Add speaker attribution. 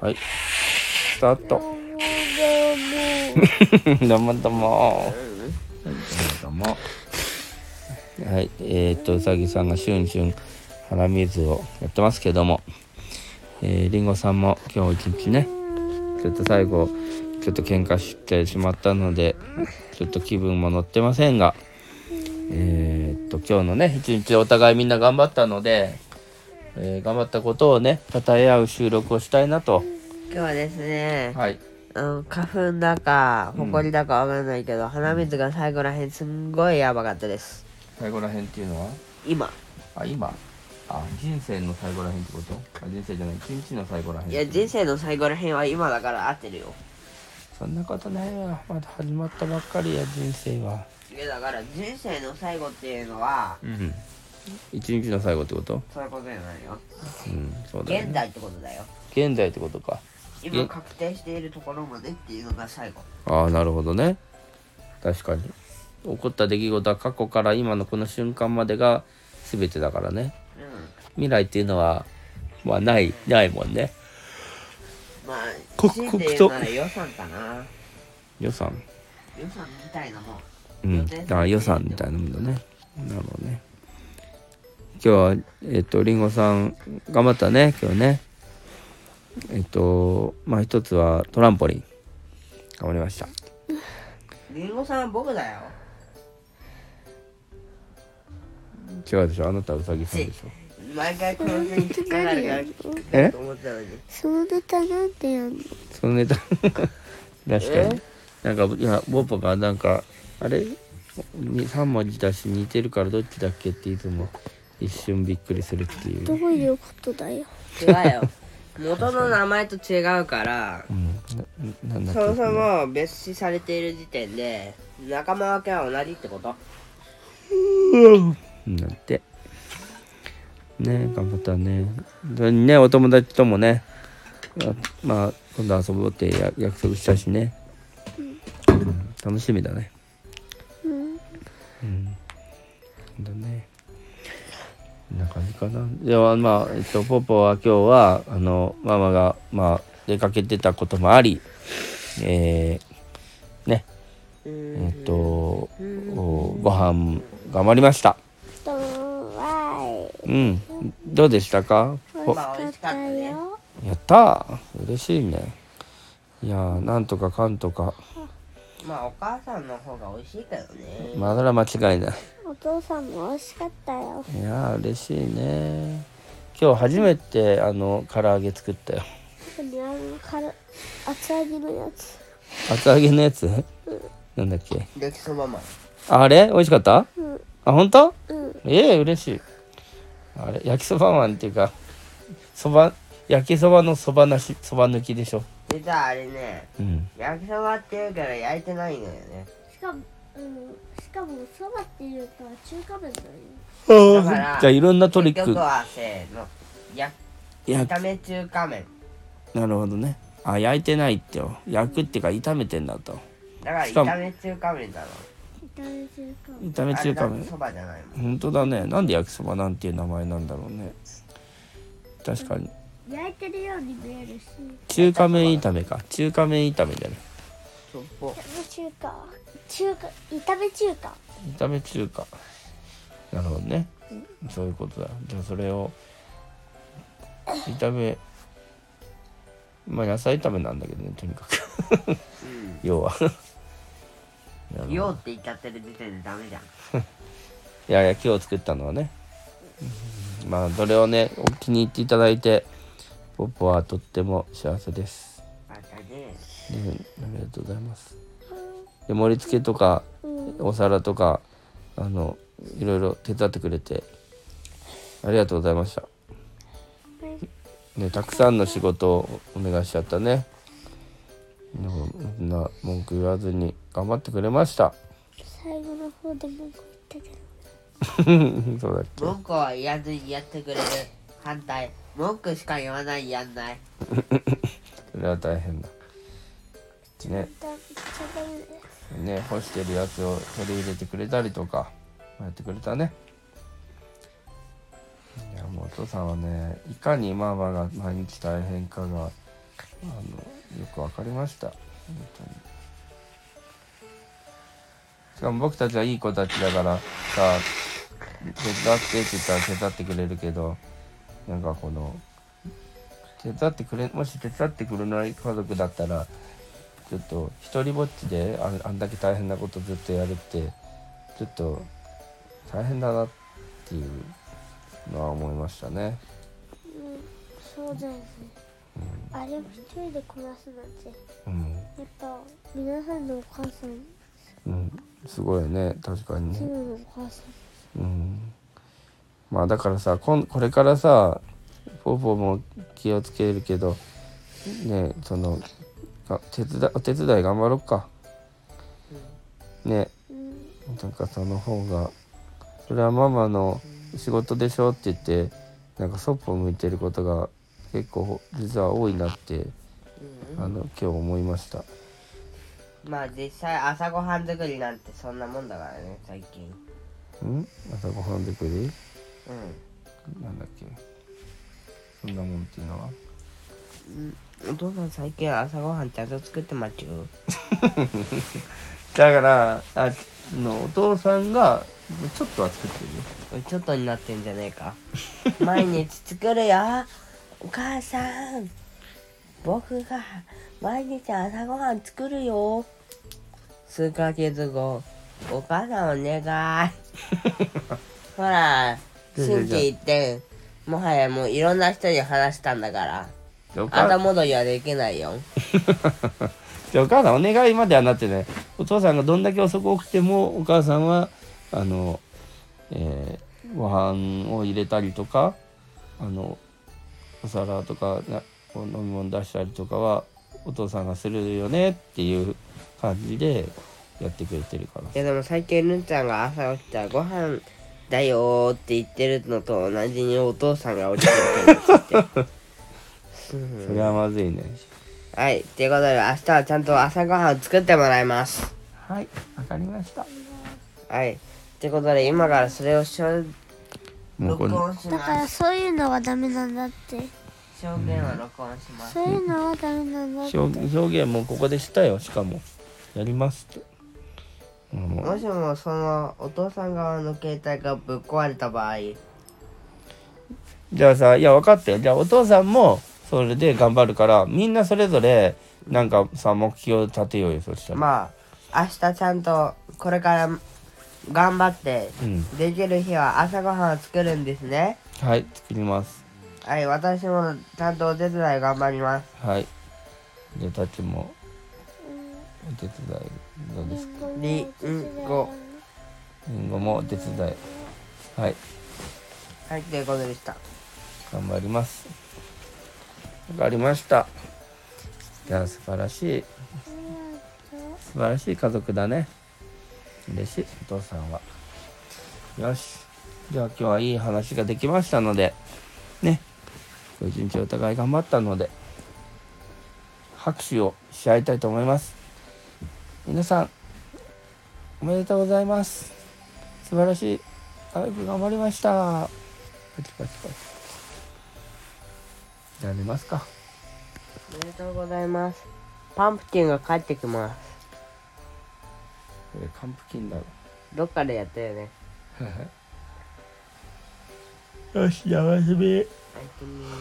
Speaker 1: はいスタート どうもどうも
Speaker 2: どうも
Speaker 1: はいえー、っとうさぎさんがシュンシュン鼻水をやってますけどもえー、りんごさんも今日一日ねちょっと最後ちょっと喧嘩してしまったのでちょっと気分も乗ってませんがえー、っと今日のね一日お互いみんな頑張ったので、えー頑張ったことをね称え合う収録をしたいなと
Speaker 3: 今日はですね、
Speaker 1: はい
Speaker 3: うん、花粉だか埃だかわかんないけど、鼻水が最後らへんすんごいやばかったです
Speaker 1: 最後らへんっていうのは
Speaker 3: 今
Speaker 1: あ今あ人生の最後らへんってことあ人生じゃない一日の最後らへん
Speaker 3: いや人生の最後らへんは今だから合ってるよ
Speaker 1: そんなことないわまだ始まったばっかりや人生はい
Speaker 3: やだから人生の最後っていうのは
Speaker 1: うん一日の最後ってこと
Speaker 3: そういうことじゃないよ
Speaker 1: うんそうだ、ね、
Speaker 3: 現代ってことだよ
Speaker 1: 現在ってことか
Speaker 3: 今確定しているところまでっていうのが最後
Speaker 1: ああなるほどね確かに起こった出来事は過去から今のこの瞬間までが全てだからね
Speaker 3: うん
Speaker 1: 未来っていうのはまあないないもんね
Speaker 3: まあ
Speaker 1: 刻
Speaker 3: 強
Speaker 1: 々と
Speaker 3: いて言うなら予算かな
Speaker 1: 予算
Speaker 3: 予算みたいなもん
Speaker 1: うんだから予算みたいなもんだねなるほどね今日はえっとりんごさん頑張ったね今日ねえっとまあ一つはトランポリン頑張りました
Speaker 3: りんごさんは僕だよ
Speaker 1: 違うでしょあなたはうさぎさんでしょ
Speaker 3: 毎回この辺に引っかかるから
Speaker 1: え
Speaker 3: と思ったのに
Speaker 4: そのネタなんてやんの
Speaker 1: そのネタ 確かになんかいやボッポがなんかあれ3文字だし似てるからどっちだっけっていつも一瞬びっくりするってい
Speaker 4: ど
Speaker 1: う、
Speaker 4: ういうことだよ
Speaker 3: 違うよ元の名前と違うから
Speaker 1: うん、ななんだっ
Speaker 3: そも
Speaker 1: け
Speaker 3: そも別視されている時点で仲間分けは同じってこと
Speaker 1: なんてね頑張ったねそれにねお友達ともねあまあ今度遊ぼうってや約束したしね、うん楽しみだね
Speaker 4: うん
Speaker 1: うんだねこんな感じかなではまあ、えっと、ポポは今日はあのママが、まあ、出かけてたこともありえー、ね
Speaker 3: う
Speaker 1: え
Speaker 3: ん
Speaker 1: っとおご飯頑張りました
Speaker 4: とわ
Speaker 1: うんどうでしたか
Speaker 4: い
Speaker 1: ポ
Speaker 4: 美味しかったよ
Speaker 1: やったー嬉しいねいやーなんとかかんとか
Speaker 3: まあお母さんの方が美味しいけどね
Speaker 1: まあそれは間違いない
Speaker 4: お父さんも美味しかったよ
Speaker 1: いやー嬉しいね今日初めてあの唐揚げ作ったよ
Speaker 4: 何あのから厚揚げのやつ
Speaker 1: 厚揚げのやつなんだっけ
Speaker 3: できそばまん
Speaker 1: あれ美味しかった
Speaker 4: うん
Speaker 1: あ本当
Speaker 4: うん
Speaker 1: ええ嬉しいあれ焼きそばマンっていうかそば焼きそばのそばなしそば抜きでしょ
Speaker 3: 実はあれね
Speaker 1: うん
Speaker 3: 焼きそばっていうから焼いてないのよね
Speaker 4: しかもうんしかもそばっていうか中華麺だよ
Speaker 1: じ
Speaker 3: だから
Speaker 1: ゃあいろんなトリッ
Speaker 3: 結
Speaker 1: ク
Speaker 3: 局はせーのや
Speaker 1: や
Speaker 3: 炒め中華麺
Speaker 1: なるほどねあ焼いてないってよ焼くっていうか炒めてんだと
Speaker 3: だから
Speaker 1: しかも
Speaker 3: 炒め中華麺だろ
Speaker 4: 炒め中華麺
Speaker 1: 炒め中華
Speaker 3: あれだっ
Speaker 1: 麺
Speaker 3: てそばじゃないもん
Speaker 1: 本当だねなんで焼きそばなんていう名前なんだろうね確かに
Speaker 4: 焼いてるように見えるし
Speaker 1: 中華麺炒めか中華麺炒めじゃない
Speaker 3: そこ
Speaker 4: 炒め中華中華炒め中華
Speaker 1: 炒め中華なるほどねそういうことだじゃあそれを炒めまあ野菜炒めなんだけどねとにかく
Speaker 3: うん
Speaker 1: 要 はなるほど
Speaker 3: ようって言っちゃってる時点でダメじゃん。
Speaker 1: いやいや今日作ったのはね、まあどれをねお気に入っていただいてポッポはとっても幸せです、
Speaker 3: またね。
Speaker 1: ねありがとうございますで盛り付けとかお皿とかあのいろいろ手伝ってくれてありがとうございました、ね、たくさんの仕事をお願いしちゃったねでもそんな文句言わずに頑張ってくれました
Speaker 4: 最後の方で文句言ったけど
Speaker 1: そうだっけ
Speaker 3: 文句は言わずにやってくれる。反対。文句しか言わない、やんない。
Speaker 1: それは大変だね
Speaker 4: だめっちゃダメだ
Speaker 1: ね
Speaker 4: よ
Speaker 1: 干してるやつを取り入れてくれたりとかやってくれたねいやもうお父さんはねいかにママが毎日大変かがあのよくわかりました本当にしかも僕たちはいい子たちだからさ手伝ってって言ったら手伝ってくれるけどなんかこの手伝ってくれもし手伝ってくれない家族だったらちょっと一人ぼっちであんあんだけ大変なことずっとやるってちょっと大変だなっていうのは思いましたね。
Speaker 4: うん、そうですね。あれを一人でこなすなんて、や
Speaker 1: うん
Speaker 4: っぱ皆さんのお母さ
Speaker 1: う
Speaker 4: ん、
Speaker 1: ん、すごいね確かに
Speaker 4: チー
Speaker 1: ね、
Speaker 4: ムのお母さん、
Speaker 1: うん、まあだからさこんこれからさポーポーも気をつけるけどねそのが手伝お手伝い頑張ろっかね
Speaker 4: うん、
Speaker 1: なんかその方がそれはママの仕事でしょって言ってなんかそっぽ向いてることが結構実は多いなってあの今日思いました
Speaker 3: まあ実際朝ごはん作りなんてそんなもんだからね最近
Speaker 1: うん朝ごはん作り
Speaker 3: う
Speaker 1: なんだっけそんなもんっていうのは
Speaker 3: んお父さん最近朝ごはんちゃんと作ってますよ
Speaker 1: だからあのお父さんがちょっとは作ってるよ
Speaker 3: ちょっとになってんじゃねえか毎日作るよお母さん僕が毎日朝ごはん作るよ数ヶ月後お母さんお願 いほら心機一転もはやもういろんな人に話したんだから
Speaker 1: じゃあお母
Speaker 3: 後戻りはできないよ
Speaker 1: じゃあお母さんお願いまではなってねお父さんがどんだけ遅く起きてもお母さんはあの、えーご飯を入れたりとかあのお皿とかなお飲み物出したりとかはお父さんがするよねっていう感じでやってくれてるから
Speaker 3: いやでも最近るんちゃんが朝起きたらご飯だよーって言ってるのと同じにお父さんが起きてるからって言ってうん
Speaker 1: それはまずいね
Speaker 3: はい、ということで明日はちゃんと朝ごはんを作ってもらいます
Speaker 1: はいわかりました
Speaker 3: はい、ということで今からそれをしょ
Speaker 1: もうこ
Speaker 3: 録
Speaker 1: の
Speaker 3: 音し
Speaker 4: だか
Speaker 3: ま
Speaker 4: ら
Speaker 3: す
Speaker 4: そういうのはダメなんだって。
Speaker 3: 証言を録音します
Speaker 4: そういうのはダメなんだって。
Speaker 1: 表表現もここでしたよしかもやりますってもう
Speaker 3: もしもそのお父さん側の携帯がぶっ壊れた場合
Speaker 1: じゃあさいや分かったよじゃあお父さんもそれで頑張るからみんなそれぞれなんかさ目標立てようよそしたら、
Speaker 3: まあ明日ちゃんとこれから頑張って
Speaker 1: うん
Speaker 3: できる日は朝ごはんを作るんですね
Speaker 1: はい作ります
Speaker 3: はい、私もちゃんとお手伝い頑張ります
Speaker 1: はいじゃあたちもお手伝いどうですか
Speaker 3: りんご
Speaker 1: りんごもお手伝いはい
Speaker 3: はい、ということでした
Speaker 1: 頑張りますわかりましたじゃあ素晴らしい素晴らしい家族だね嬉しいお父さんはよしじゃあ今日はいい話ができましたのでね今日一日お互い頑張ったので拍手をし合いたいと思います皆さんおめでとうございます素晴らしいよく頑張りましたパチパチパチじゃあ寝ますか
Speaker 3: おめでとうございますパンプキンが帰ってきます
Speaker 1: これパンプキンだろ
Speaker 3: どっかでやったよね
Speaker 1: よしじゃあおやすみ
Speaker 3: おやすみ